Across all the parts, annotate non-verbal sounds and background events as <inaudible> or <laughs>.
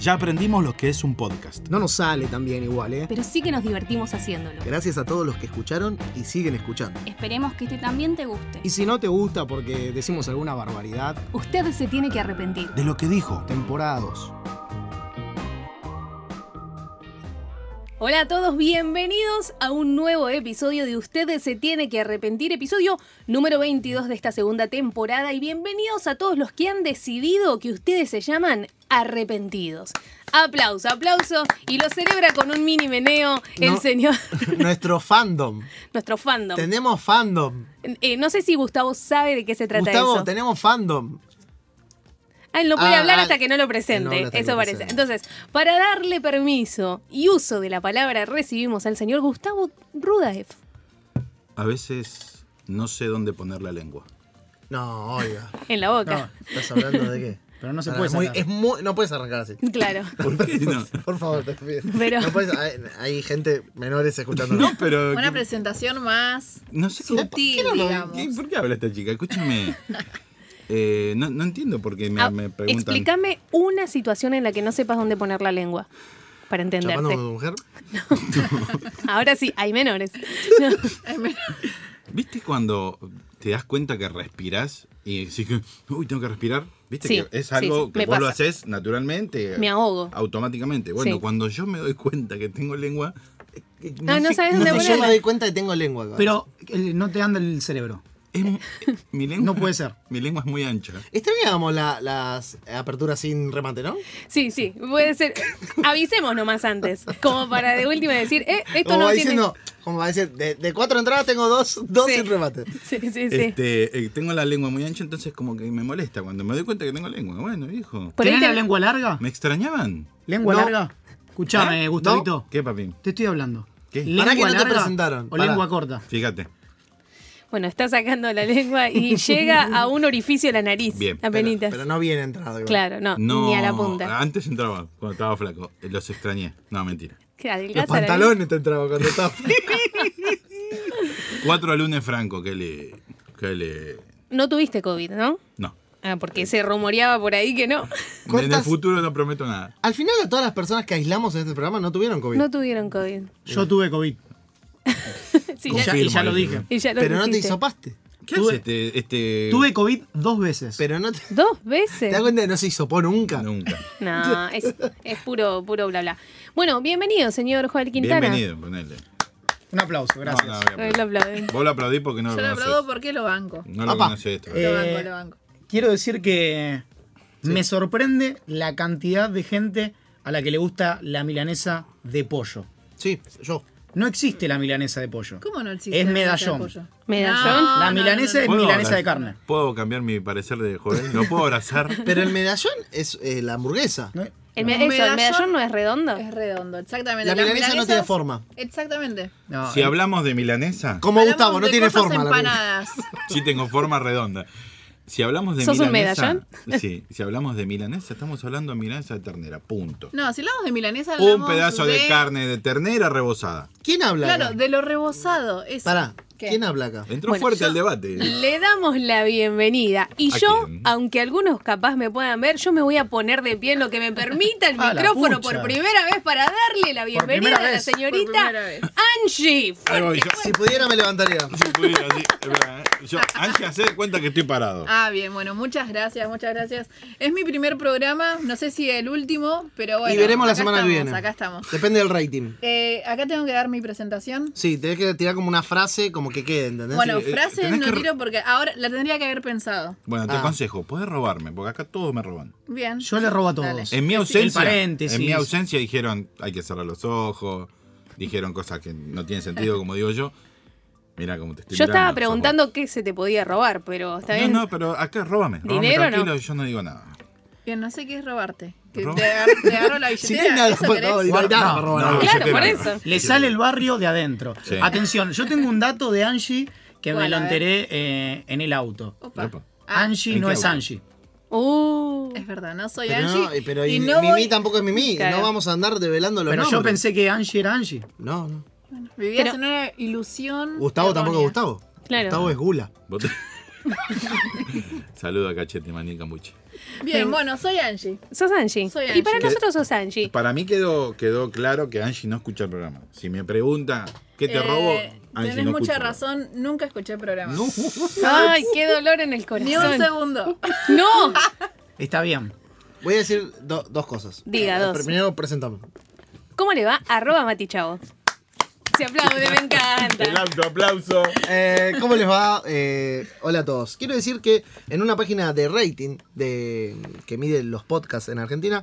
Ya aprendimos lo que es un podcast. No nos sale tan bien igual, ¿eh? pero sí que nos divertimos haciéndolo. Gracias a todos los que escucharon y siguen escuchando. Esperemos que este también te guste. Y si no te gusta porque decimos alguna barbaridad, Usted se tiene que arrepentir. De lo que dijo. temporadas. Hola a todos, bienvenidos a un nuevo episodio de Ustedes se tiene que arrepentir, episodio número 22 de esta segunda temporada y bienvenidos a todos los que han decidido que ustedes se llaman arrepentidos. Aplauso, aplauso y lo celebra con un mini meneo el No. señor, <laughs> <laughs> Nuestro fandom. nuestro fandom. Tenemos fandom. Eh, no sé si Gustavo sabe de qué se trata Gustavo, eso. tenemos fandom. Ah, él no puede Ah, hablar ah, hasta que no lo no presente. habla hasta que Eso lo parece. presente. Entonces, para darle permiso y uso de la palabra, recibimos al señor Gustavo Rudaev. A veces no sé dónde poner la <laughs> lengua. No, oiga. En la boca. ¿Estás hablando de qué? <laughs> Pero no se Pará, puede es muy- sacar. es muy- no puedes arrancar así. <laughs> <laughs> Claro. ¿Por qué no? Por favor, te pido. Pero- No puedes- hay, hay gente menores escuchando. No, pero. Una ¿qué- presentación más. no sé cómo- sutil, ¿por qué no lo- digamos. qué- ¿Por qué habla esta chica? <laughs> Escúchame. Eh, no, no entiendo por qué me, Ah, me preguntan. Explícame una situación en la que no sepas dónde poner la lengua. Para Chapando entenderte. con tu mujer. Ahora sí, <laughs> hay menores. No. ¿Viste cuando te das cuenta que respiras y decís que, uy, tengo que respirar? ¿Viste Sí, que es sí, algo sí, que me vos lo pasa. haces naturalmente? Me ahogo. Automáticamente. Bueno, Sí. cuando yo me doy cuenta que tengo lengua. eh, eh, Ah, no sé- sabes No sé, dónde yo me ponerla. doy cuenta que tengo lengua. acá. Pero eh, no te anda el cerebro. es mu- mi lengua, No puede ser. Mi lengua es muy ancha. Extrañábamos la- las aperturas sin remate, ¿no? Sí, sí, puede ser. Avisemos nomás antes. Como para de última decir, eh, esto Como no va tiene. diciendo, como va a decir, de, de cuatro entradas tengo dos, dos Sí. sin remate. Sí, sí, sí. Este, eh, tengo la lengua muy ancha, entonces como que me molesta cuando me doy cuenta que tengo lengua. Bueno, viejo. Por ahí ¿Tenés te- la lengua larga? ¿Me extrañaban? ¿Lengua No. ¿Eh? larga? Escuchame, Gustavito. ¿Qué, papi? Te estoy hablando. ¿Qué? ¿Lengua Pará que no te larga presentaron. ¿O Pará. lengua corta? Fíjate. Bueno, está sacando la <laughs> lengua y llega a un orificio de la nariz. Bien, A Pero, penitas. pero no Ah, bien entrado. igual. Claro, no, No, Ah, ni a la punta. Antes entraba, cuando estaba flaco. Eh, Los extrañé. No, mentira. Que Los adelgaza la pantalones te entraban cuando estaba. <laughs> Cuatro lunes franco que le. que le. nariz. No tuviste COVID, ¿no? No. Ah, porque se rumoreaba por ahí que En no. el ¿Cuántas- futuro no prometo nada. Al final a todas las personas que aislamos en este programa no tuvieron COVID. No tuvieron COVID. Yo tuve COVID. <laughs> Sí, Y ya, ya, Confirmo, y ya lo dice. dije. y ya lo pero no te dijiste. hisopaste. ¿Qué Tuve- hace este, este- Tuve COVID dos veces. Pero no te, Dos ¿te veces. das cuenta que no se hisopó nunca. Nunca. <laughs> No, es, es puro, puro bla bla. Bueno, bienvenido, señor Joel Quintana. Bienvenido, ponele. Un aplauso, gracias. No, no, voy a Ay, aplaudir. lo aplauden. Vos lo aplaudís porque no Yo lo lo aplaudo conocés. porque lo banco. No lo Apa. conocés esto. Eh, Lo banco, lo banco. Quiero decir que me sorprende la cantidad de gente a la que le gusta la milanesa de pollo. Sí, yo. No existe la milanesa de pollo. ¿Cómo no existe? Es la milanesa medallón. de pollo? ¿Medallón? No, La no, milanesa no, no. es ¿Puedo milanesa hablar? de carne. ¿Puedo cambiar mi parecer de joven? ¿Lo puedo abrazar? <laughs> Pero el medallón es eh, la hamburguesa. No, El, No. me- eso, ¿El Medallón- medallón no es redondo? Es redondo, exactamente. La Las milanesa no milanesas- tiene forma. Exactamente. no, eh, Si hablamos de milanesa, <laughs> Como Hablamos Gustavo, no de tiene cosas forma. la milanesa. empanadas. sí tengo forma redonda. Si hablamos de ¿Sos un milanesa, <laughs> sí, si hablamos de milanesa, estamos hablando de milanesa de ternera, punto. No, si hablamos de milanesa, Un hablamos pedazo de... carne de ternera rebozada. ¿Quién habla Claro, acá? de lo rebozado. Eso. Pará, ¿Qué? ¿quién habla <laughs> acá? Entró Bueno, fuerte yo- al <laughs> debate. Le damos la bienvenida. Y ¿A yo, quién? aunque algunos capaz me puedan ver, yo me voy a poner de pie en lo que me permita el A la micrófono pucha. por primera vez para darle la bienvenida primera a la vez. Por señorita primera vez. Angie. Ahí voy yo. Si pudiera me levantaría. Si pudiera, sí, es verdad, ¿eh? Yo, Angie, hacé de cuenta que estoy parado. Ah, bien, bueno, muchas gracias, muchas gracias. Es mi primer programa, no sé si el último, pero bueno. y veremos la acá semana que estamos, viene. Acá estamos. Depende del rating. Eh, acá tengo que dar mi presentación. Sí, tenés que tirar como una frase como que quede, ¿entendés? Bueno, eh, frases tenés no que- tiro porque ahora la tendría que haber pensado. Bueno, te Ah. aconsejo, podés robarme, porque acá todos me roban. Bien. Yo le robo a Dale. todos. En mi El ausencia, paréntesis. en mi ausencia dijeron, hay que cerrar los ojos, dijeron cosas que no tienen sentido, como digo yo. Mira cómo te estoy Yo estaba mirando, preguntando qué se te podía robar, pero está bien. No, no, pero acá róbame. róbame ¿Dinero tranquilo, no? yo no digo nada. Bien, no sé qué es robarte. Que ¿Robar? te, agarro, te agarro <laughs> la si no hay billetera. nada, ¿eso por querés? favor, no hay nada No, para robar. no. ahora. Claro, por billetera. eso. Le sale el barrio de adentro. Sí. Atención, yo tengo un dato de Angie que me Bueno, lo a ver. enteré eh, en el auto. Opa. Epa. Ah, Angie ¿en no qué es auto? Angie. Uh, Es verdad, no soy Pero, no, Angie. pero y y no Mimi voy- tampoco es Mimi. Claro. No vamos a andar develando los Pero yo nombres. pensé que Angie era Angie. No, no. Vivías Pero- en una ilusión. Gustavo tampoco es errónea. Gustavo. Claro. Gustavo es Gula. Vos te- <laughs> Saludo a Cachete Manín Cambuchi. Bien, bueno, soy Angie. Sos Angie. Soy Y Angie. para ¿Qué? nosotros sos Angie. Para mí quedó, quedó claro que Angie no escucha el programa. Si me pregunta qué te Eh, robo, Angie Tenés no escucha mucha el programa. razón, nunca escuché el programa. No. Ay, qué dolor en el Ni un corazón. segundo. No. Está bien. Voy a decir do- dos cosas. Diga Eh, dos. Primero presentame. ¿Cómo le va? Arroba Mati Chavo. Se aplaude, me El encanta. alto aplauso. Eh, ¿Cómo les va? Eh, hola a todos. Quiero decir que en una página de rating de, que mide los podcasts en Argentina,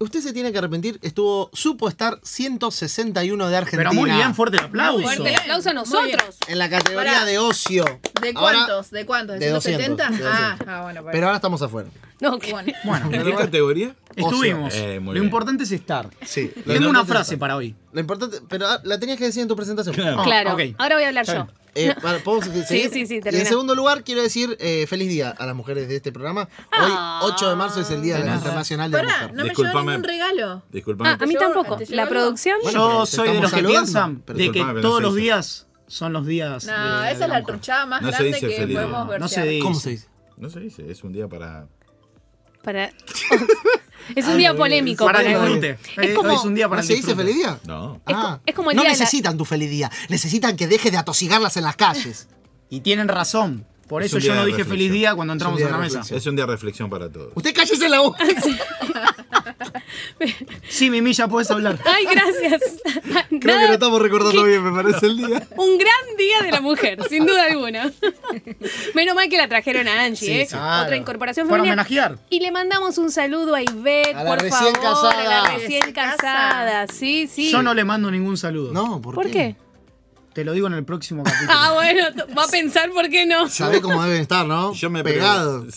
usted se tiene que arrepentir, estuvo, supo estar 161 de Argentina. Pero muy bien, fuerte el aplauso. Fuerte el aplauso a Muy nosotros. En la categoría Pará. de ocio. ¿De Ahora- cuántos? ¿De cuántos? de 200, 170? de Ah, 200. ah, bueno, bueno. Pero ahora estamos afuera. No, que- Bueno. Bueno, ¿En qué categoría? estuvimos. Eh, muy Lo bien. importante es estar. Sí. Lo Tengo una importante frase es- para hoy. Lo importante, pero ah, la tenías que decir en tu presentación. Claro. Ah. Claro. ok. Ahora voy a hablar Está yo. Ah, bien. Eh, para- ¿podemos seguir? sí, sí, Y termina. en segundo lugar, quiero decir eh, feliz día a las mujeres de este programa. Hoy, Ah. 8 de marzo, es el Día Tenés Internacional de la Pará, Mujer. no me llegó Disculpame. ningún regalo. Disculpame. Ah, a mí Yo- tampoco. ¿te llegó La algo? producción. Bueno, Yo pero te soy de estamos los que saludando. piensan Pero de que disculpame, pero no todos se los dice. días son los días. No, de- de esa es la la mujer. truchada más No se grande dice que feliz podemos día. ver. No se dice. ¿Cómo se dice? No se dice, es un día para. Para... <laughs> es un día polémico. Para que para- disfrute. Es Eh, como- hoy es un día para ¿No el se dice disfrute. feliz día? No. Es co- Ah. es como el no día de la- necesitan tu feliz día, necesitan que dejes de atosigarlas en las calles. Y tienen razón. Por Es eso un yo día no de dije feliz reflexión. día cuando entramos día a la de mesa. reflexión. Es un día de reflexión para todos. Usted cállese la <laughs> boca. Sí, Mimi, ya <laughs> puedes hablar. Ay, gracias. Creo Nada- que lo estamos recordando bien, me parece el día. Un gran día de la mujer, sin duda alguna. Menos mal que la trajeron a Angie, ¿eh? claro. Otra incorporación Para familiar. homenajear. Y le mandamos un saludo a Ivette, A la por recién favor, casada. a la recién casada. Sí, sí. Yo no le mando ningún saludo. No, ¿por, ¿Por qué? Te lo digo en <laughs> el próximo capítulo. Ah, bueno, t- va a pensar por <laughs> qué no. Sabe cómo deben estar, ¿no? Yo me <laughs> Pegados.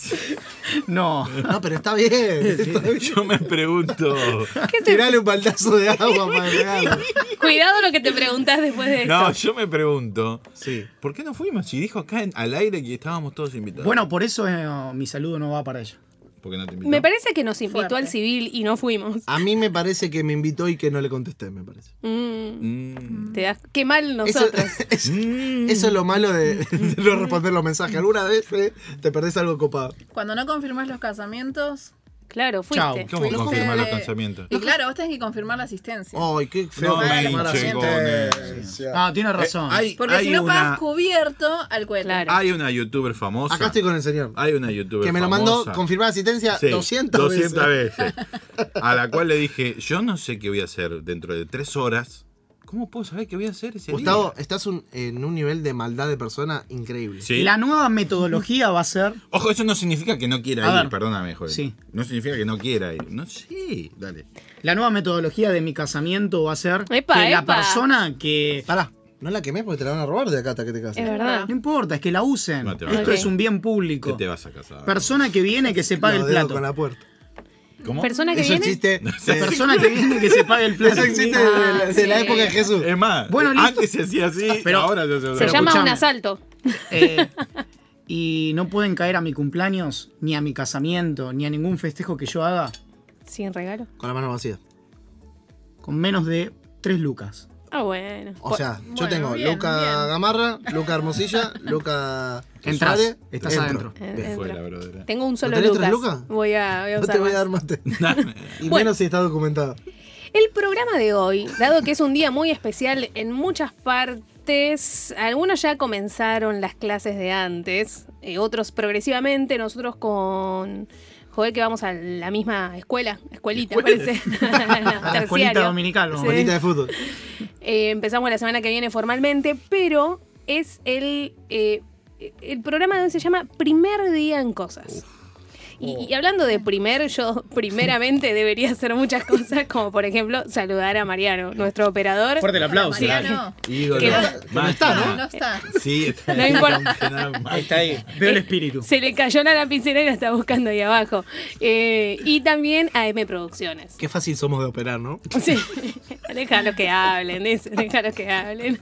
No. No, pero está bien. Está bien. Yo me pregunto. <laughs> Tirale un baldazo de agua para pegarlo. Cuidado lo que te preguntas después de esto. No, yo me pregunto. Sí. ¿Por qué no fuimos? Si dijo acá en- al aire que estábamos todos invitados. Bueno, por eso eh, mi saludo no va para ella. Porque no te invitó. Me parece que nos invitó Fuerte. al civil y no fuimos. A mí me parece que me invitó y que no le contesté, me parece. Mm, Mm. te das... Qué mal <laughs> Eso, nosotros. es- eso es lo malo de, de no responder los mensajes. Alguna vez eh, te perdés algo copado. Cuando no confirmás los casamientos. Claro, fuiste. Chao. ¿Cómo Fuiste- confirmar los Oh, eh, pensamientos? Y claro, vos tenés que confirmar la asistencia. Ay, qué No feo. me qué mala hinche con asistencia. Ah, tiene razón. Porque si no pagas cubierto al cuento. Claro. hay una youtuber famosa. Acá estoy con el señor. Hay una youtuber Que me lo mandó famosa. confirmar asistencia Sí, 200, 200 veces. veces. A la cual le dije, yo no sé qué voy a hacer dentro de tres horas. ¿Cómo puedo saber qué voy a hacer ese Gustavo, día? estás un- en un nivel de maldad de persona increíble. Sí. La nueva metodología va a ser. Ojo, eso no significa que no quiera A ir, ver. perdóname, joder. Sí. No significa que no quiera ir. No sé, dale. La nueva metodología de mi casamiento va a ser Epa, que la epa. persona que. Pará, no la quemés porque te la van a robar de acá hasta que te cases. Es verdad. No importa, es que la usen. No te va a Esto caer. es un bien ¿Qué público. te vas a casar? Persona que viene que se pague Los el dedos plato. con la puerta. ¿Cómo? Persona que Eso viene. <laughs> existe. de- Persona que viene que se pague el Ah, plato. Eso existe de, la- de Ah, la época de Jesús. Es más, Bueno, listo. antes se hacía así, Pero- ahora se hace Se Pero así. llama un escuchame. asalto. Eh, y no pueden caer a mi cumpleaños, ni a mi casamiento, ni a ningún festejo que yo haga Sin regalo. Con la mano vacía. con menos de tres lucas. Ah, bueno. O sea, yo bueno, tengo bien, Luca bien. Gamarra, Luca Hermosilla, <laughs> Luca. Entras, Suárez, estás entro. adentro. Se Entro. fue la brodera. Tengo un solo tenés Lucas. tres lucas? Voy a, voy a No usar te voy a más. dar <laughs> mate. y Bueno. menos si está documentado. El programa de hoy, dado que es un día muy especial en muchas partes, algunos ya comenzaron las clases de antes, eh, otros progresivamente, nosotros con Joder que vamos a la misma escuela, escuelita, Escuela. parece. <laughs> A la Terciario. escuelita dominical, vamos. Bonita de fútbol. Eh, empezamos la semana que viene formalmente, pero es el, eh, el programa de hoy se llama Primer Día en Cosas. Y, y hablando de primer, yo <laughs> primeramente debería hacer muchas cosas, como por ejemplo saludar a Mariano, nuestro operador. Eh, Fuerte el aplauso. Mariano. Ídolo. Que no- Máquina. está, No, no está. Sí, está No ahí. importa. Ahí está ahí. Veo el espíritu. Se le cayó la lapicera y la está buscando ahí abajo. Eh, y también a M Producciones. Qué fácil somos de operar, ¿no? Sí, <laughs> déjalo que hablen, dice, déjalo que hablen.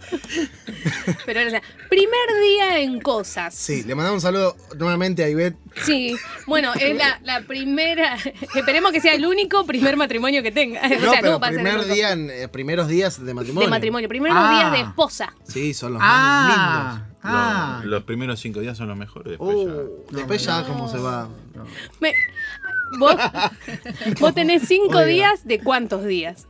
Pero, o sea, primer día en cosas. Sí, le mandamos un saludo nuevamente a <laughs> Ivette. Sí, bueno, es la, la primera. <laughs> Esperemos que sea el único primer matrimonio que tenga. <laughs> No, o sea, pero no va a ser el primer único. día, en, eh, primeros días de matrimonio. de matrimonio, primeros Ah. días de esposa. Sí, son los Ah, más lindos. Ah. Los, los primeros cinco días son los mejores. Después Uh, ya. después ya cómo se va. Me- <laughs> vos, vos tenés cinco Oiga. días de <laughs> cuántos días.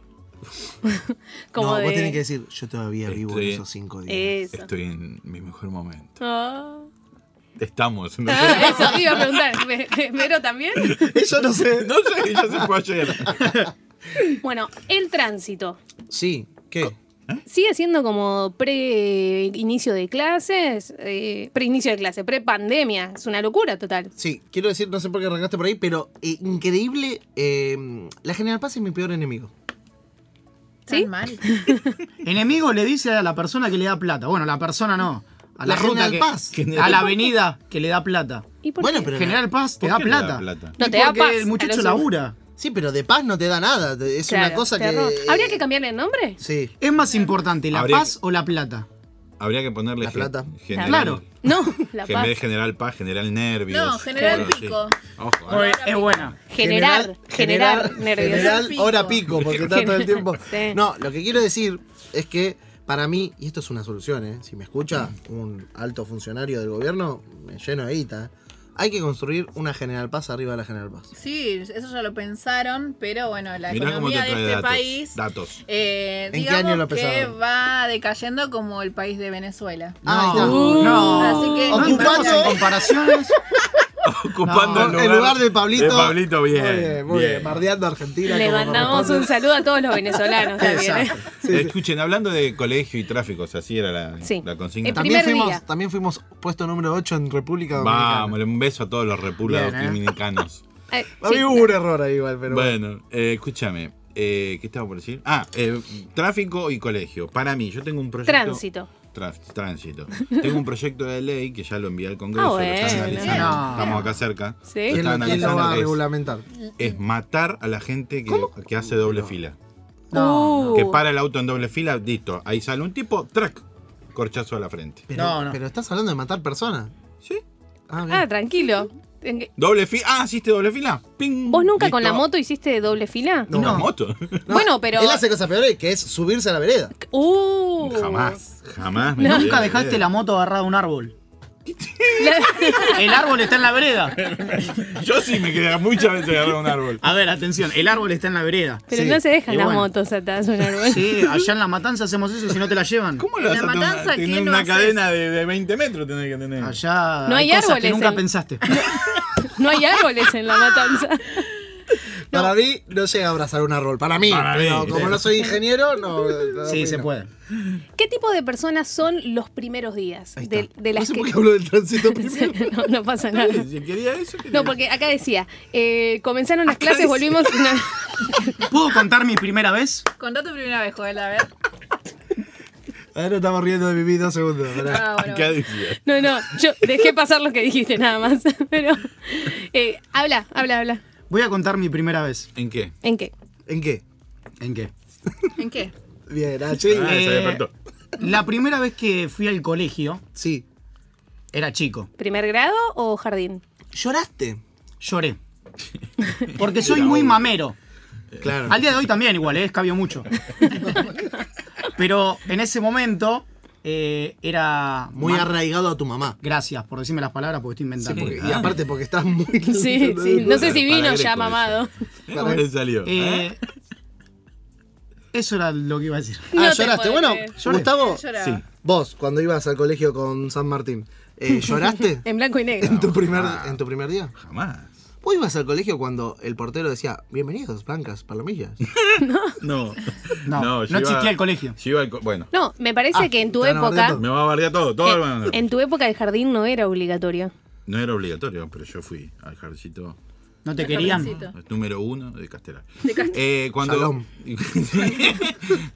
Como no, de. vos tenés que decir, yo todavía vivo en Estoy- esos cinco días. Eso. Estoy en mi mejor momento. Ah. Estamos. No Ah, sé, eso te iba a preguntar. ¿Ve- ¿Vero <laughs> también? eh, <laughs> Yo no sé. <laughs> no sé, ya se fue ayer. Bueno, el tránsito. Sí, ¿qué? Sigue siendo como pre-inicio de clases, eh, pre-inicio de clase, pre-pandemia. Es una locura total. Sí, quiero decir, no sé por qué arrancaste por ahí, pero eh, increíble. eh, la General Paz es mi peor enemigo. Tan ¿Sí? mal. Enemigo le dice a la persona que le da plata. Bueno, la persona no. A la, La ruta General que- Paz. A la avenida que le da plata. ¿Y por Bueno, qué? pero- General Paz te ¿Por da qué le da plata. plata? Y No, te da porque paz, El a muchacho lo labura. Sí, pero de paz no te da nada. te- Es una Claro, cosa que. eh, terror. ¿Habría que cambiarle <laughs> el nombre? Sí. ¿Es más importante la Habría paz o la plata? Habría que ponerle. La gen- plata. general- Claro. No, la En vez de paz. general paz, general nervios. No, general Algo así. pico. Ojo, eh. Oye, es buena. Generar, generar, nervios. General, Pico. hora pico, porque está todo el tiempo. <laughs> Sí. No, lo que quiero decir es que para mí, y esto es una solución, ¿eh? si me escucha un alto funcionario del gobierno, me lleno de guita. ¿eh? Hay que construir una General Paz arriba de la General Paz. Sí, eso ya lo pensaron, pero bueno, la Mirá cómo te economía de trae este datos. país, Datos. eh, ¿En qué digamos año lo que pensaron? va decayendo como el país de Venezuela. Ah, ahí está. Oh. no. Así que- no entramos en Ocupando- comparaciones. Ocupando No, el lugar de Pablito. De Pablito, bien. Muy bien, muy bien. Bardeando a Argentina. Le como mandamos un corresponde. saludo a todos los venezolanos también. ¿eh? Exacto. Escuchen, hablando de colegio y tráfico, o sea, así era la, Sí. la consigna. El También primer fuimos, día. también fuimos puesto número 8 en República Dominicana. Vamos, un beso a todos los repúblicos Bien, ¿eh? dominicanos. Eh, A sí. mí hubo un error ahí igual, pero bueno. bueno, eh, escúchame. eh, ¿Qué estaba por decir? Ah, eh, tráfico y colegio. Para mí, yo tengo un proyecto. Tránsito. Traf- tránsito. Tengo un proyecto de ley que ya lo envié al Congreso. Ah, lo están bueno. analizando. No. Estamos acá cerca. Sí. Lo ¿Quién, están lo- quién lo analizando, va a es- regulamentar? es matar a la gente que, que hace doble fila. No, Uh. Que para el auto en doble fila, listo. Ahí sale un tipo, track, corchazo a la frente. Pero, No, no. pero estás hablando de matar personas. ¿Sí? Ah, bien. Ah, tranquilo. Doble fila. Ah, hiciste doble fila. Ping. ¿Vos nunca con la Mm, Listo. moto hiciste doble fila? No, <laughs> No. moto. No, bueno, pero- Él hace cosas peores, que es subirse a la vereda. Uh. Jamás, jamás. me olvidé Nunca de dejaste ver. la moto agarrada a un árbol. La- <laughs> El árbol está en la vereda. Yo sí me quedé muchas veces agarrado un árbol. A ver, atención, el árbol está en la vereda. Pero Sí. no se dejan Y las bueno, motos atrás de un árbol. Sí, allá en la matanza hacemos eso si no te la llevan. ¿Cómo lo La vas a tener matanza, una, tener ¿qué no una haces? cadena de, de 20 metros tenés que tener? Allá No hay cosas que árboles nunca en- pensaste. No hay árboles en la matanza. Para mí no llega a abrazar un árbol. Para mí. Para mí, pero como sí. no soy ingeniero, no. no, Sí, no. se puede. ¿Qué tipo de personas son los primeros días? Ahí De, está. de no las sé por que... qué hablo del tránsito <laughs> <laughs> primero. no, no pasa nada. Si quería eso, quería No, porque acá decía, eh, comenzaron las <laughs> clases, volvimos... una- ¿Puedo contar mi primera vez? Contá tu primera vez, Joel, a ver. Ahora estamos riendo de mi vida dos segundos. pará. Ah, bueno. Acá decía. No, no, yo dejé pasar lo que dijiste nada más. <laughs> Pero... eh, habla, habla, habla. Voy a contar mi primera vez. ¿En qué? ¿En qué? ¿En qué? ¿En qué? ¿En qué? Bien, ah, sí. Ah, se despertó. La primera vez que fui al colegio Sí. era chico. ¿Primer grado o jardín? ¿Lloraste? Lloré. Porque soy muy mamero. Claro. Al día de hoy también igual, ¿eh? escabio mucho. Pero en ese momento eh, era... Muy ma- arraigado a tu mamá. Gracias por decirme las palabras porque estoy inventando. Porque- y aparte porque estás muy. <laughs> Sí, sí. <laughs> No sé si Para vino Greco, ya dice. Ah, mamado. ¿Cómo le salió? Eh, eso era lo que iba a decir. <laughs> No Ah, te lloraste. puedo Bueno, creer. Lloré. Gustavo, Lloraba. Sí. vos, cuando ibas al colegio con San Martín, <laughs> eh, ¿lloraste? En blanco y negro. ¿En tu, primer, Ah. ¿En tu primer día? Jamás. ¿Vos ibas al colegio cuando el portero decía, bienvenidos, blancas, palomillas? No. No, no yo existía el colegio. Yo iba al co- bueno, No, me parece Ah, que en tu te van a bardear época. eh, todo. me va a bardear todo, Eh, todo hermano. En, en tu época el jardín no era obligatorio. No era obligatorio, pero yo fui al jarcito No te querían. Jardincito. número uno de Castelar. Eh, cuando, Shalom. <laughs>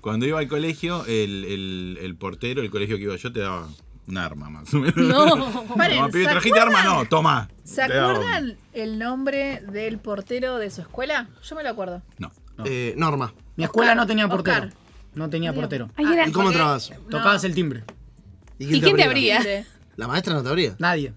cuando iba al colegio, el, el- el portero, el colegio que iba yo, te daba un arma más o menos. <laughs> No. Toma, Paren, pibe, ¿se ¿trajiste arma? acuerdan? No, toma. ¿Se Te daba un- acuerdan el nombre del portero de su escuela? Yo me lo acuerdo. No. Eh, Norma. Mi escuela no tenía Oscar. portero. No tenía portero. Ay, era- ¿Y cómo Ah, Porque- entrabas? No. Tocabas el timbre. ¿Y quién te abría? Libre. <laughs> La maestra no te abría. Nadie.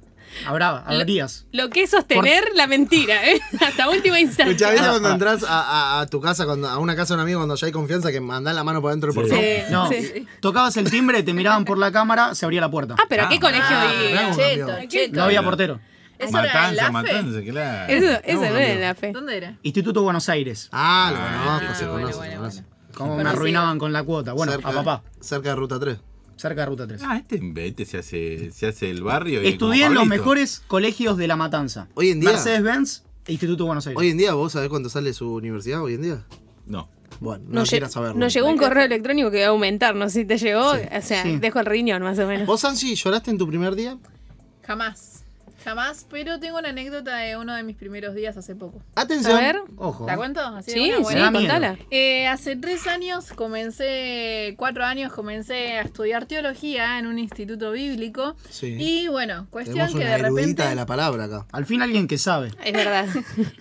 Habrá, habrías. Lo que es sostener la mentira, ¿eh? <laughs> Hasta última instancia. Muchas veces cuando entras a, a- a tu casa, cuando, a una casa de un amigo, cuando ya hay confianza, que mandás la mano por dentro del Sí. portón. Sí, No, sí. tocabas el timbre, te miraban por la cámara, se abría la puerta. Ah, pero ¿a qué colegio iba? bravo. cheto, cheto. No había portero. ¿Eso era en la Matanza, fe? matanza, claro. Eso, eso Bravo, no era amigo. la fe. ¿Dónde era? Instituto Buenos Aires. Ah, lo conozco, se bueno, conoce, bueno, se conoce. Como me Conocido. arruinaban con la cuota. Bueno, cerca, a papá, Cerca de Ruta 3. cerca de Ruta 3. Ah, este embete se hace, se hace el barrio. y Estudié como en los Pablito. mejores colegios de La Matanza. Hoy en día- Mercedes-Benz e Instituto Buenos Aires. Hoy en día, ¿vos sabés cuánto sale su universidad hoy en día? No. Bueno, no, Nos, lle- quieras saberlo. nos llegó un correo electrónico que va a aumentar, no sé si te llegó. O sea, Sí. dejo el riñón más o menos. ¿Vos, Angie, lloraste en tu primer día? Jamás. Jamás, pero tengo una anécdota de uno de mis primeros días hace poco. Atención. A ver. Ojo. ¿eh? ¿La cuento? Así de Sí, sí, una, Me da buena. miedo. contala. Eh, hace tres años comencé, cuatro años comencé a estudiar teología en un instituto bíblico. Sí. Y bueno, cuestión Tenemos que una de repente. erudita de la palabra <laughs> acá. <laughs> Al fin alguien que sabe. Es <laughs> verdad.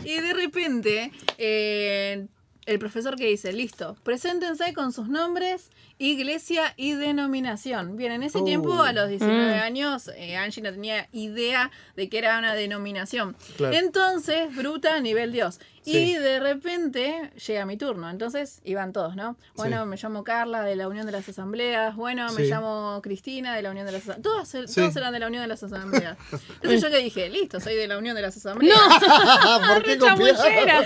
Y de repente, eh, el profesor que dice, listo, preséntense con sus nombres, iglesia y denominación. Bien, en ese Oh. tiempo, a los 19 Mm. años, eh, Angie no tenía idea de que era una denominación. Claro. Entonces, bruta a nivel Dios. Sí. Y de repente llega mi turno, entonces iban todos, ¿no? Bueno, Sí. me llamo Carla de la Unión de las Asambleas, bueno, me Sí. llamo Cristina de la Unión de las Asambleas, todos, er- Sí. todos eran de la Unión de <laughs> las Asambleas. Entonces yo que dije, listo, soy de la Unión de las Asambleas. ¡No! ¿Por qué ¡Re copiar? chamullera!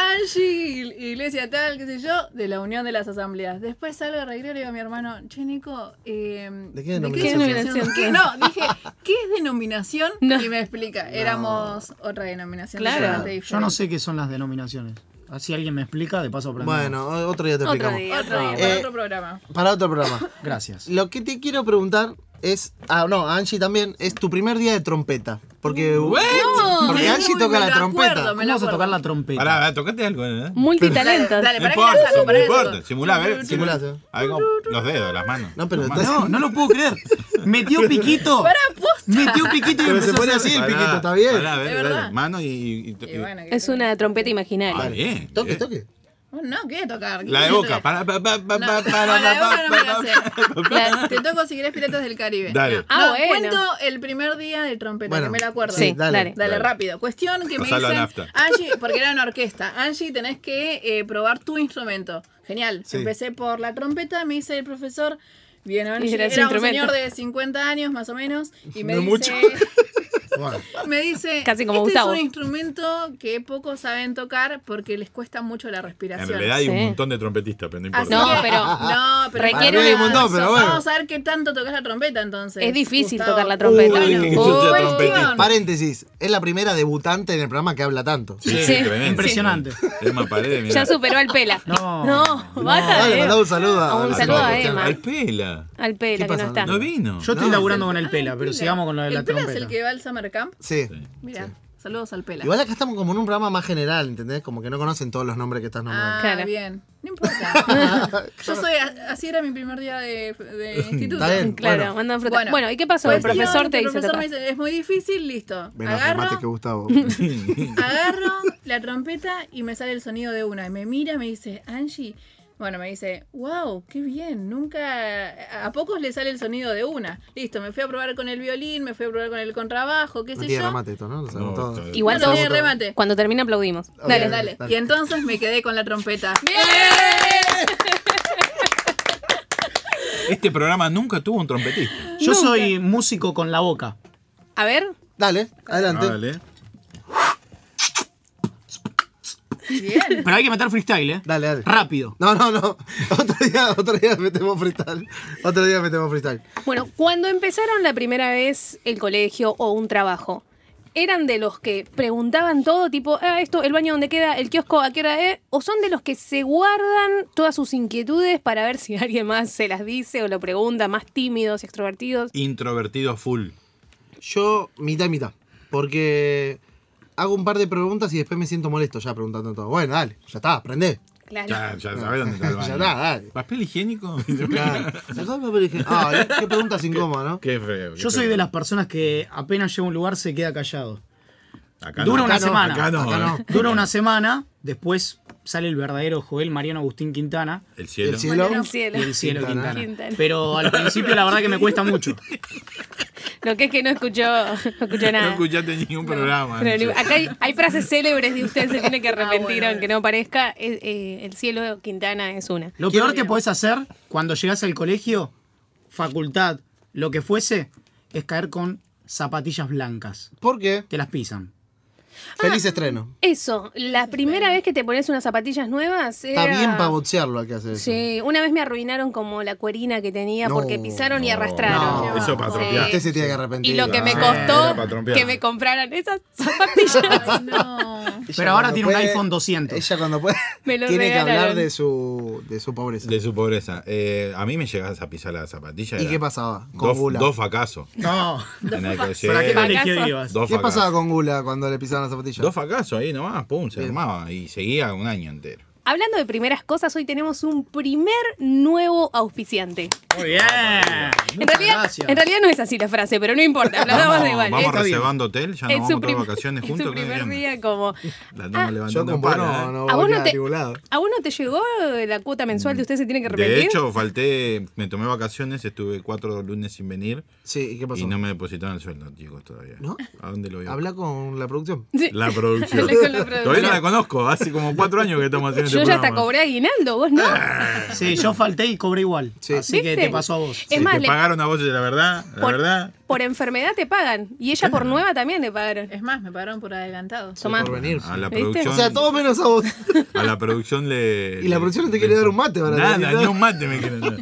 Angie, iglesia tal, qué sé yo, de la Unión de las Asambleas. Después salgo de recreo y le digo a mi hermano, che, Nico, eh, ¿De qué denominación sos? ¿Qué? No, dije, ¿qué es denominación? <laughs> No. Y me explica, éramos otra denominación. Claro. totalmente Yo no diferente. sé qué son las denominaciones. Así alguien me explica, de paso aprendemos. Bueno, o- otro día te Otro explicamos. día. Otro día, Eh, para otro programa. Para otro programa. Gracias. Lo que te quiero preguntar es. Ah, no, Angie también. Es tu primer día de trompeta. Porque. uh, Porque Angie Uy, toca me la lo trompeta. acuerdo, me ¿Cómo lo vas a tocar la acuerdo. trompeta? Pará, pará, tocate algo, ¿eh? Dale, Multitalento. dale, No para que importa, vas a no comparar importa. eso. Simulá, a ver. Simulá, simulá. sí. A ver cómo- los dedos, las manos. No, pero Las manos. estás- No, no lo puedo creer. Metió piquito. Para posta. Metió piquito y Pero se empezó pone a así hacer... el Pará, piquito, ¿está bien? Pará, a ver, Es dale, verdad. mano y. y- Y bueno, ¿qué Es tal? una trompeta Ah, imaginaria. bien. Toque, bien. toque. No, ¿qué tocar? ¿Qué La de voy a boca. tocar? Pará, pa, pa, pa, No, pa, no, para, la de pa, boca no me la pa, sé. La- Te toco si querés Piratas del Caribe. Dale. No, Ah, no, bueno. cuento el primer día del trompeta, Bueno, que me la acuerdo. Sí, Sí, dale. dale. Dale, Dale. rápido. Cuestión que me Pasalo a dicen, nafta. Angie, porque era una orquesta. Angie, tenés que eh, probar tu instrumento. Genial. Sí. Empecé por la trompeta, me dice el profesor. Bien, Angie. era Era, su un instrumento. señor de 50 años más o menos. Y me No dice. mucho. Bueno, <laughs> Me dice. Casi como este Gustavo". Es un instrumento que pocos saben tocar porque les cuesta mucho la En respiración. realidad hay un Sí. montón de trompetistas, pero no Así importa. No, que- <laughs> pero- no, pero Requiere para un nada. montón, pero bueno. Vamos a ver qué tanto tocas la trompeta entonces. Es difícil Gustavo. tocar la trompeta. Uy, que yo sea Uy. trompetista. Paréntesis. Es la primera debutante en el programa que habla tanto. Sí, Sí. tremendo. Impresionante. Emma Paredes, mirá. Ya superó al Pela. <laughs> No. No, basta Dale, de. mandá un saludo a. Un a- saludo a a- Emma. Al pela. Al Pela, que pasa? no está. No vino. yo estoy No, laburando con el Ah, pela, pero sigamos con lo de la el Pela es trompeta. el que va al Summer Camp. Sí. Mira, saludos al Pela. Igual acá estamos como en un programa más general, ¿entendés? Como que no conocen todos los nombres que estás nombrando. Ah, Claro. bien. <laughs> No importa. Yo soy, así era mi primer día de, de instituto. Está bien. Claro, Bueno. mandan fruta. Bueno, Bueno. ¿y qué pasó? el Cuestión profesor te que hizo el profesor tocar. me dice, es muy difícil, listo. Menos remate que agarro, Gustavo. <laughs> agarro la trompeta y me sale el sonido de una. Y me mira, me dice, Angie. Bueno, me dice, wow, qué bien, nunca, a pocos le sale el sonido de una. Listo, me fui a probar con el violín, me fui a probar con el contrabajo, qué No sé tiene yo. remate esto, ¿no? Lo sabemos No, todos. está bien. Igual No, no todos- tiene remate. Cuando termina aplaudimos. Ok, Dale. Dale. dale. Y entonces me quedé con <laughs> la trompeta. Este programa nunca tuvo un trompetista. Yo soy músico con la boca. A ver. Dale, Ah, adelante. Vale. Bien. Pero hay que meter freestyle, ¿eh? Dale, dale. Rápido. No, no, no. <laughs> Otro día, otro día metemos freestyle. Otro día metemos freestyle. Bueno, cuando empezaron la primera vez el colegio o un trabajo, ¿eran de los que preguntaban todo, tipo, ah, esto, el baño donde queda, el kiosco, a qué hora es? ¿O son de los que se guardan todas sus inquietudes para ver si <laughs> alguien más se las dice o lo pregunta, más tímidos, extrovertidos? Introvertido full. Yo, mitad y mitad. Porque hago un par de preguntas y después me siento molesto ya preguntando todo. Bueno, dale, ya está, aprendé. Claro. Ya, ya sabés dónde está el baño. Ya está, dale. ¿Papel higiénico? <laughs> Claro. Ah, qué preguntas incómodas, <laughs> ¿no? Qué feo. qué Yo soy feo. de las personas que apenas llega a un lugar se queda callado. Acá Dura una acá semana. Acá no. Acá no. eh. Dura una semana, después sale el verdadero Joel Mariano Agustín Quintana El cielo. El cielo. El cielo. y el cielo Quintana. Quintana. Quintana. Pero al principio la verdad que me cuesta mucho. Lo que es que no escuchó, no escuchó No nada. escuchaste ningún programa. Pero Angie. ni- acá hay, hay frases célebres de usted se <laughs> tiene que arrepentir, Ah, bueno, aunque no parezca. es- eh, el cielo de Quintana es una. Lo Quiero- peor que podés hacer cuando llegás al colegio, facultad, lo que fuese, es caer con zapatillas blancas. ¿Por qué? Te las pisan. Feliz Ah, estreno. Eso, la primera vez que te pones unas zapatillas nuevas. Está era- bien pavotearlo al que hace eso. Sí, una vez me arruinaron como la cuerina que tenía No, porque pisaron y no, Este arrastraron. no, eso para Sí. tropear. Usted se tiene que arrepentir. Y lo que me Ah, costó era para trompear. que me compraran esas zapatillas. <laughs> Ay, no. Ella Pero ahora cuando tiene un puede- iPhone 200. Ella cuando puede <laughs> Me lo tiene que hablar regalaron. de su, de su pobreza. De su pobreza. Eh, a mí me llegabas a pisar la zapatilla. ¿Y era qué pasaba con Dos, Gula? dos <laughs> facasos. No. En el colegio. ¿Para qué Sí, colegio ¿Acaso? ibas? dos ¿Qué facasos. pasaba con Gula cuando le pisaban las zapatillas? Dos facasos ahí nomás, pum, se armaba. Y seguía un año entero. Hablando de primeras cosas, hoy tenemos un primer nuevo auspiciante. Muy bien. En realidad, gracias. en realidad no es así la frase, pero no <laughs> importa, hablamos de igual. vamos Está bien. reservando hotel, ya nos En su vamos todas prim- vacaciones en su juntos. ¿qué primer bien? día Ah, como... La andamos Yo levantando en como pala, no, ¿eh? no voy ¿A vos a no quedar te- atribulado. ¿A uno te llegó la cuota mensual de usted se tiene que Mm. De arrepentir? hecho, falté, me tomé vacaciones, estuve cuatro lunes sin venir Sí, ¿y qué pasó? y no me depositaron el sueldo, chicos, todavía. ¿No? ¿A dónde lo voy a Habla con la producción. Sí. <laughs> La producción. Habla con la producción. Todavía no la conozco, hace como cuatro años que estamos haciendo Yo este ya hasta programa. Ah. cobré aguinaldo, vos no. Sí, yo falté y cobré igual. Sí. Así que ¿Viste? te pasó a vos. Es Si más, te le- pagaron a vos, la verdad, la por, verdad. por enfermedad te pagan. Y ella por nueva también le pagaron. Es más, me pagaron por adelantado. Tomá. por venir. A la ¿Viste? producción. O sea, todo menos <laughs> a vos. A la producción le. Y la producción no te quiere le- dar un mate para Nada, terminar. ni un mate me quieren <laughs> dar.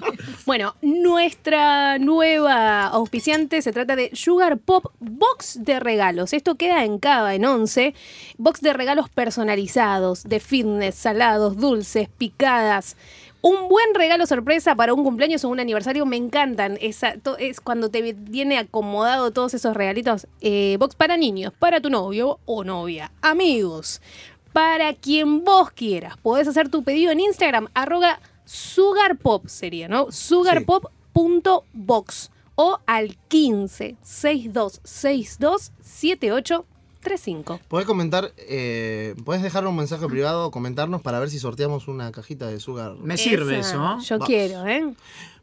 Bueno, nuestra nueva auspiciante se trata de Sugar Pop Box de Regalos. Esto queda en Cava, en 11. Box de regalos personalizados, de fitness, salados, dulces, picadas. Un buen regalo sorpresa para un cumpleaños o un aniversario. Me encantan. Esa, to- es cuando te viene acomodado todos esos regalitos. Eh, box para niños, para tu novio o novia, amigos para quien vos quieras. Podés hacer tu pedido en Instagram, arroba sugarpop sería, ¿no? Sugarpop.box o al 15 62 62 78 35. Podés comentar, eh, podés dejar un mensaje privado, comentarnos para ver si sorteamos una cajita de Sugar. Me sirve Esa, eso, ¿no? Yo Box. quiero, ¿eh?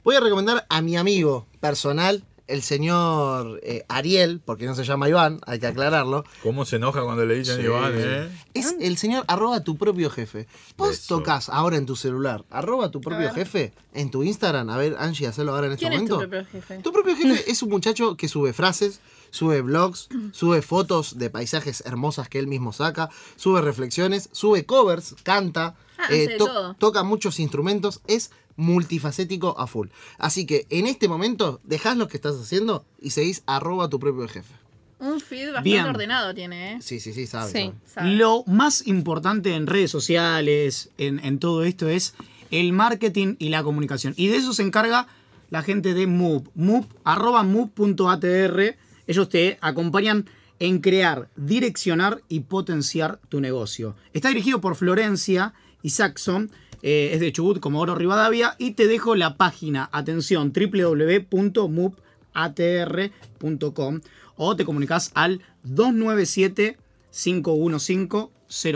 Voy a recomendar a mi amigo personal, el señor eh, Ariel, porque no se llama Iván, hay que aclararlo. ¿Cómo se enoja cuando le dicen Iván, eh? Es el señor arroba tu propio jefe. Vos Eso. tocas ahora en tu celular, arroba tu propio jefe, en tu Instagram. A ver, Angie, hacelo ahora en este ¿Quién es tu momento. propio jefe? Tu propio jefe es un muchacho que sube frases, sube blogs, sube fotos de paisajes hermosas que él mismo saca, sube reflexiones, sube covers, canta, Ah, eh, hace de to- todo. toca muchos instrumentos, es multifacético a full. Así que en este momento dejás lo que estás haciendo y seguís arroba tu propio jefe. Un feed bastante Bien. ordenado tiene, ¿eh? Sí, sí, sí, sabes. Sí. sabes. Sabe. Lo más importante en redes sociales, en, en todo esto, es el marketing y la comunicación. Y de eso se encarga la gente de Move, Move, arroba Move.atr. Ellos te acompañan en crear, direccionar y potenciar tu negocio. Está dirigido por Florencia y Saxon. eh, es de Chubut, como Oro Rivadavia. Y te dejo la página, atención, www.move.atr.com o te comunicas al 297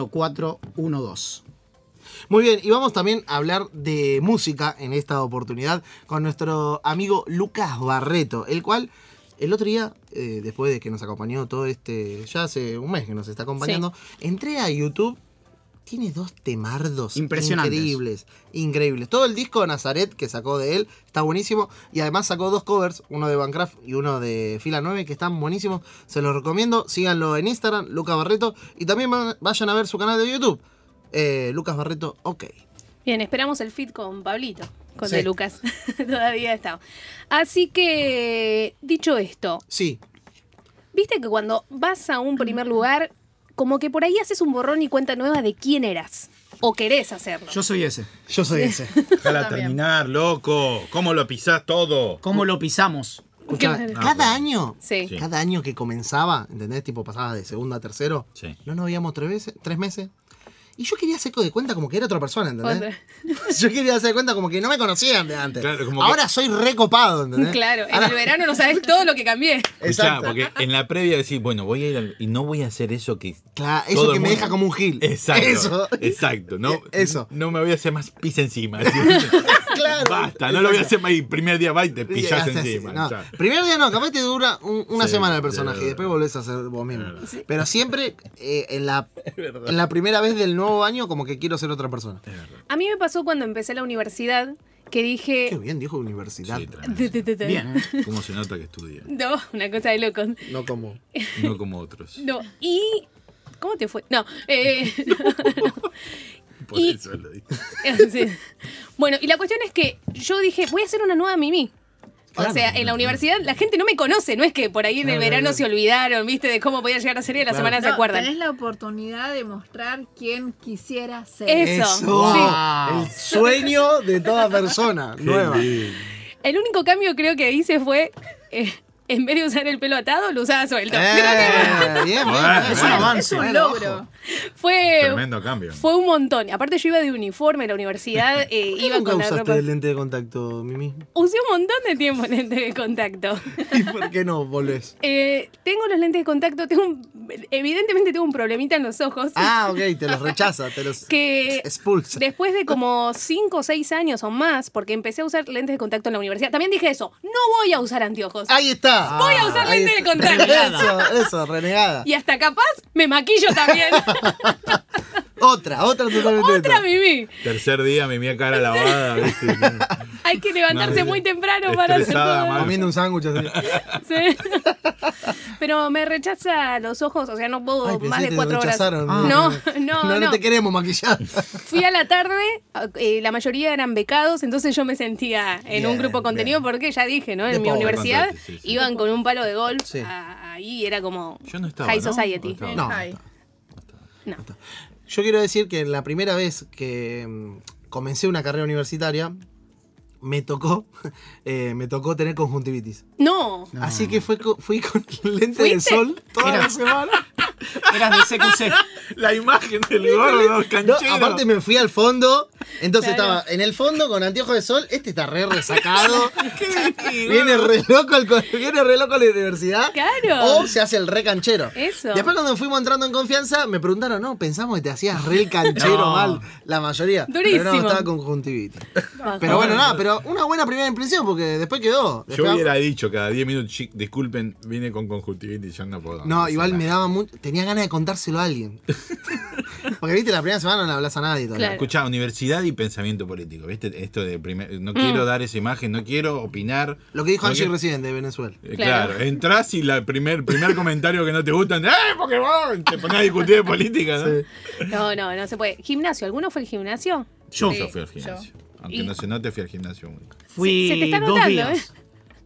515-0412. Muy bien, y vamos también a hablar de música en esta oportunidad con nuestro amigo Lucas Barreto, el cual el otro día, eh, después de que nos acompañó todo este, ya hace un mes que nos está acompañando, entré a YouTube. Tiene dos temardos Impresionantes. increíbles, increíbles. Todo el disco de Nazaret que sacó de él está buenísimo y además sacó dos covers, uno de Bancraft y uno de Fila 9 que están buenísimos. Se los recomiendo, síganlo en Instagram, Lucas Barreto y también va- vayan a ver su canal de YouTube. Eh, Lucas Barreto, ok. Bien, esperamos el feed con Pablito, con Sí. de Lucas. <laughs> Todavía está. Así que, dicho esto, Sí, viste que cuando vas a un primer lugar, como que por ahí haces un borrón y cuenta nueva de quién eras o querés hacerlo. Yo soy ese. yo soy ese. Déjala También. terminar, loco. ¿Cómo lo pisás todo? ¿Cómo lo pisamos? Escuchame, Qué cada año, Sí. Sí. cada año que comenzaba, ¿entendés? Tipo pasaba de segundo a tercero, Sí. no nos veíamos tres, veces, tres meses. Y yo quería hacer co- de cuenta como que era otra persona, ¿entendés? Otra. <laughs> Yo quería hacer de cuenta como que no me conocían de antes. Claro, como que- Ahora soy recopado, ¿entendés? Ah. Claro, en Ahora- el verano no sabes todo lo que cambié. Escuchá, Exacto. porque en la previa decís, bueno, voy a ir al- y no voy a hacer eso que. <laughs> Claro, todo eso el que me mundo- deja como un gil. Exacto. <laughs> Eso. Exacto. No, Eso. <laughs> No me voy a hacer más pis encima. claro. Basta, no lo voy a hacer más y primer día va y te Sí, pillás haces así, encima. no. ya. Primer día no, capaz te dura un- una Sí, semana el sí, personaje, sí. y después volvés a ser vos mismo. Pero siempre eh, <laughs> en, la, en la primera vez del nuevo año como que quiero ser otra persona. Eh. A mí me pasó cuando empecé la universidad que Qué dije. bien, dijo universidad. Sí, tremendo. <laughs> Bien, ¿eh? ¿Cómo se nota que estudia? No, una cosa de locos. no como. No como otros. No, y. ¿Cómo te fue? No. eh, <laughs> Por y- eso lo digo. Sí. Bueno, y la cuestión es que yo dije, voy a hacer una nueva Mimi. O sea, en la universidad la gente no me conoce, no es que por ahí en el verano se olvidaron, viste, de cómo podía llegar a ser y a la semana se No, acuerdan. Tenés la oportunidad de mostrar quién quisiera ser. Eso. Wow, Sí. El sueño de toda persona nueva. El único cambio creo que hice fue, eh, en vez de usar el pelo atado, lo usaba suelto. Eh, bien, bien, Bueno, bien. es un Es avance. un Bueno, logro. ojo. Eh, Fue, Tremendo cambio. fue un montón. Aparte yo iba de uniforme a <laughs> la universidad, eh, ¿Qué iba nunca con la usaste ropa. el lente de contacto, Mimi? <laughs> Usé un montón de tiempo lente de contacto. ¿Y por qué no volvés? Eh, tengo los lentes de contacto, tengo un- evidentemente tengo un problemita en los ojos. Ah, ok, te los rechaza, te los que expulsa. después de como 5 o 6 años o más, porque empecé a usar lentes de contacto en la universidad, también dije eso, no voy a usar anteojos. Ahí está. Ah, Voy a usar Ahí lente de está. contacto. Eso, eso, renegada. Y hasta capaz me maquillo <laughs> también. Otra, otra totalmente. <laughs> Otra Mimi. Tercer día, mi mía cara <laughs> lavada. ¿viste? Hay que levantarse No, muy temprano para hacer estresada, todo. mal. Comiendo un sándwich así. Sí. <laughs> Pero me rechaza los ojos, o sea, no puedo Ay, pensé Oh, más que de te cuatro horas. rechazaron. Ah. No, <laughs> no, No, no. te queremos maquillar. <laughs> Fui a la tarde, eh, la mayoría eran becados, entonces yo me sentía en Bien, un grupo contenido bien. porque ya dije, ¿no? De En mi pobre. universidad Contacto, sí, sí. iban con un palo de golf Sí. a- ahí, era como Yo no estaba. high ¿no? society. ¿O estaba? No. Ay. No. Yo quiero decir que la primera vez que mm, comencé una carrera universitaria, me tocó, <laughs> eh, me tocó tener conjuntivitis. No. Así que fue co- fui con lente de ¿Fuiste? sol toda Mira. la semana. Eras de CQC. La imagen del gordo No, canchero. aparte me fui al fondo, entonces Claro. estaba en el fondo con anteojos de sol, este está re resacado. <laughs> ¿Qué? Viene re loco el co- viene re loco la universidad. Claro. O se hace el re canchero. Eso. Después cuando fuimos entrando en confianza, me preguntaron, no, pensamos que te hacías re <laughs> el canchero No. mal, la mayoría. Pero no, Durísimo. estaba conjuntivitis. Bajo. Pero bueno, nada, pero una buena primera impresión porque después quedó. Yo Después- hubiera dicho cada 10 minutos, "Chic, disculpen, vine con conjuntivitis, yo no puedo. No, igual me daba mucho, tenía ganas de contárselo a <laughs> alguien. Porque viste, la primera semana no le hablas a nadie todavía. Claro. Escucha, universidad y pensamiento político, ¿viste? Esto de primer... No quiero dar esa imagen, no quiero opinar. Lo que dijo No Angie quiero- recién de Venezuela. Eh, Claro. Claro. entrás y el primer, primer comentario que no te gusta, ¡eh! Porque vos te ponés a discutir de política, ¿no? No, no, no se puede. Gimnasio, ¿alguno fue al gimnasio? Yo Yo fui al gimnasio. Aunque Y- no se note, fui al gimnasio. güey. fui Se- se te está dos notando, ¿eh? días.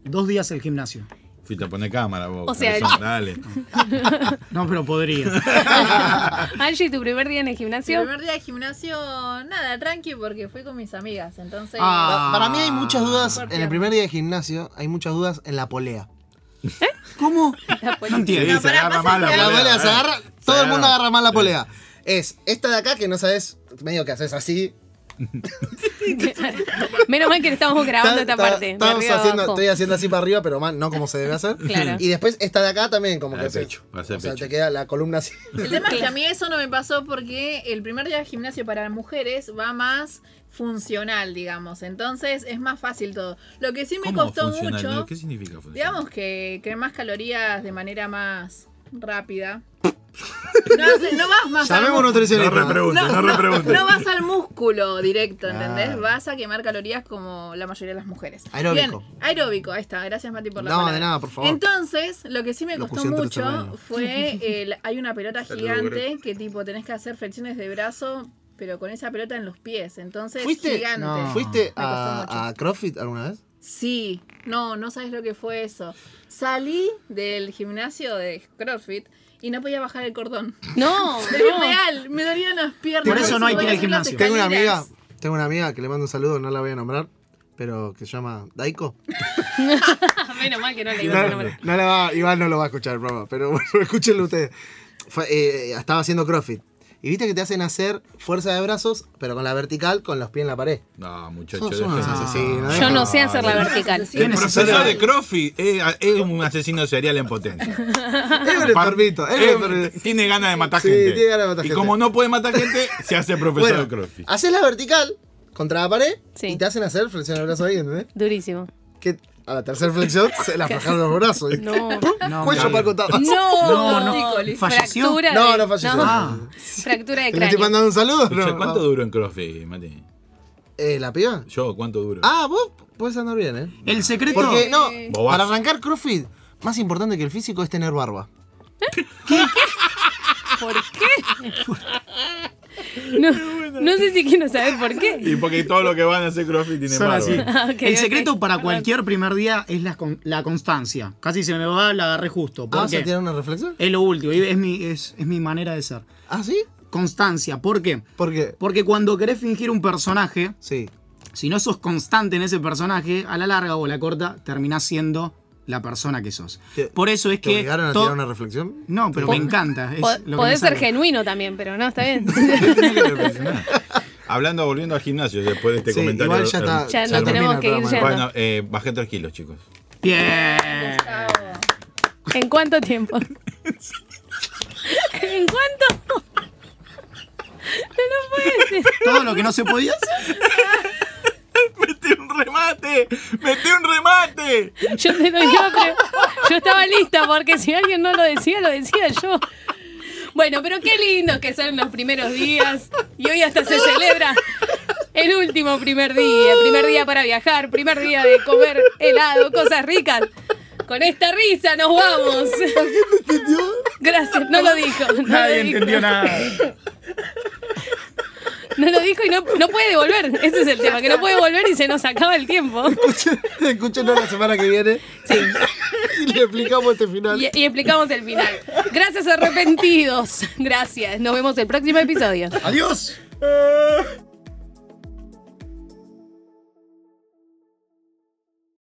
Dos días al gimnasio. Fuiste a poner cámara vos. O sea, cabezón, dale. No, pero podría. <laughs> Ah. Angie, ¿tu primer día en el gimnasio? El primer día de gimnasio, nada, tranqui, porque fui con mis amigas. Entonces, Ah. Pa- Para mí hay muchas dudas Por en el cierto. primer día de gimnasio, hay muchas dudas en la polea. ¿Cómo? No Sí, entiendo. se agarra mal la La polea, polea se eh. agarra, todo el mundo agarra. agarra mal la polea. Es esta de acá que no sabes, medio que haces así. Menos mal que estamos grabando Ta- esta ta- parte. de estamos arriba haciendo- abajo. estoy haciendo así para arriba, pero mal, no como se debe hacer. <laughs> Claro. Y después esta de acá también, como La de que haces- pecho, va a ser O sea, pecho. te queda la columna <laughs> así. El tema es que a mí eso no me pasó porque el primer día de gimnasio para mujeres va más funcional, digamos. Entonces es más fácil todo. Lo que sí me ¿Cómo costó funcional? mucho, No, ¿Qué significa funcional? digamos que quemás calorías de manera más rápida. No, hace- no vas más al Llamemos músculo. no nutricionista. repregunten, no, repregunten. No vas al músculo directo, ¿entendés? Claro. Vas a quemar calorías como la mayoría de las mujeres. Aeróbico. Bien, aeróbico, ahí está. Gracias, Mati, por la No, palabra. de nada, por favor. Entonces, lo que sí me costó Locución mucho tercermundista. fue. <laughs> el- hay una pelota Saludos, gigante que, tipo, tenés que hacer flexiones de brazo, pero con esa pelota en los pies. Entonces, ¿Fuiste, gigante. No. ¿fuiste Me costó mucho. a, a CrossFit alguna vez? Sí, no, no sabes lo que fue eso. Salí del gimnasio de CrossFit y no podía bajar <laughs> el cordón. No, Es no. real, me dolían las piernas. Por eso no hay que ir al podía subir las gimnasio. Tengo una amiga, escaleras. tengo una amiga que le mando un saludo, no la voy a nombrar, pero que se llama Daiko. Menos mal que no le digo el No, nombre. no la va, igual no lo va a escuchar el programa, pero <laughs> bueno, escúchenlo ustedes. Fue, eh, estaba haciendo CrossFit. Y viste que te hacen hacer fuerza de brazos, pero con la vertical, con los pies en la <laughs> pared. No, muchachos. Son, son unos asesinos. Yo no sé Ah, hacer la no. vertical. El ¿Quién es ese profesor señor? de Crofi es, es un asesino serial en <laughs> potencia. Es un enfermito, es un Eh, enfermito. tiene ganas de matar Sí, gente. tiene ganas de matar y gente. como no puede matar gente, se hace profesor Bueno, de Crofi. haces la vertical contra la pared Sí. y te hacen hacer flexión de brazo ahí, ¿entendés? Durísimo. Que a la tercera flexión <laughs> se le aflojaron los brazos. ¿viste? No. No, Cuello claro. para el costado. <laughs> No, No, no. ¿Falleció? Fractura No, de- no falleció. Ah. Fractura de ¿Te le estoy cráneo. mandando un saludo? Escucha, Ah, No, ¿Cuánto no. duro en CrossFit, Mati? Eh, ¿La piba? Yo, ¿cuánto duro? Ah, vos podés andar bien, ¿eh? Ah, El secreto. Porque, no, Bobazo. para arrancar CrossFit, más importante que el físico es tener barba. ¿Por qué? No, no sé si quiero saber por qué. Y porque todo lo que van a hacer CrossFit tiene Son barba. así. <laughs> ok, el ok. secreto para cualquier primer día es la, con- la constancia. Casi se me va, la agarré justo. ¿Por ¿Ah, ¿Vas qué? a tirar una reflexión? Es lo último, y es mi, es, es mi manera de ser. ¿Ah, sí? Constancia, ¿por qué? Porque, Porque cuando querés fingir un personaje, sí. si no sos constante en ese personaje, a la larga o a la corta, terminás siendo la persona que sos. Te- Por eso es ¿Te que... obligaron a to- tirar una reflexión? No, pero me encanta. es Po- lo que me podés ser sale. genuino también, pero no, está bien. <laughs> <laughs> Hablando, volviendo al gimnasio después de este Sí, comentario. igual ya está- hermoso. Ya Se nos termina tenemos el que ir programa. yendo. Bueno, eh, bajé 3 kilos, chicos. <laughs> Bien. ¿En cuánto tiempo? ¿En cuánto? Todo lo que no se podía hacer. ¡Metí un remate! ¡Metí un remate! Yo te lo iba a pre- Yo estaba lista porque si alguien no lo decía, lo decía yo. Bueno, pero qué lindo que son los primeros días. Y hoy hasta se celebra el último primer día. Primer día para viajar, primer día de comer helado, cosas ricas. Con esta risa nos vamos. Gracias, no lo dijo. no lo dijo. nada. <laughs> No lo dijo y no, no puede volver. Ese es el tema, que no puede volver y se nos acaba el tiempo. <laughs> Escúchenos la semana que viene. <laughs> y le explicamos este final. Y, y explicamos el final. <laughs> Gracias, arrepentidos. Gracias. Nos vemos el próximo episodio. Adiós.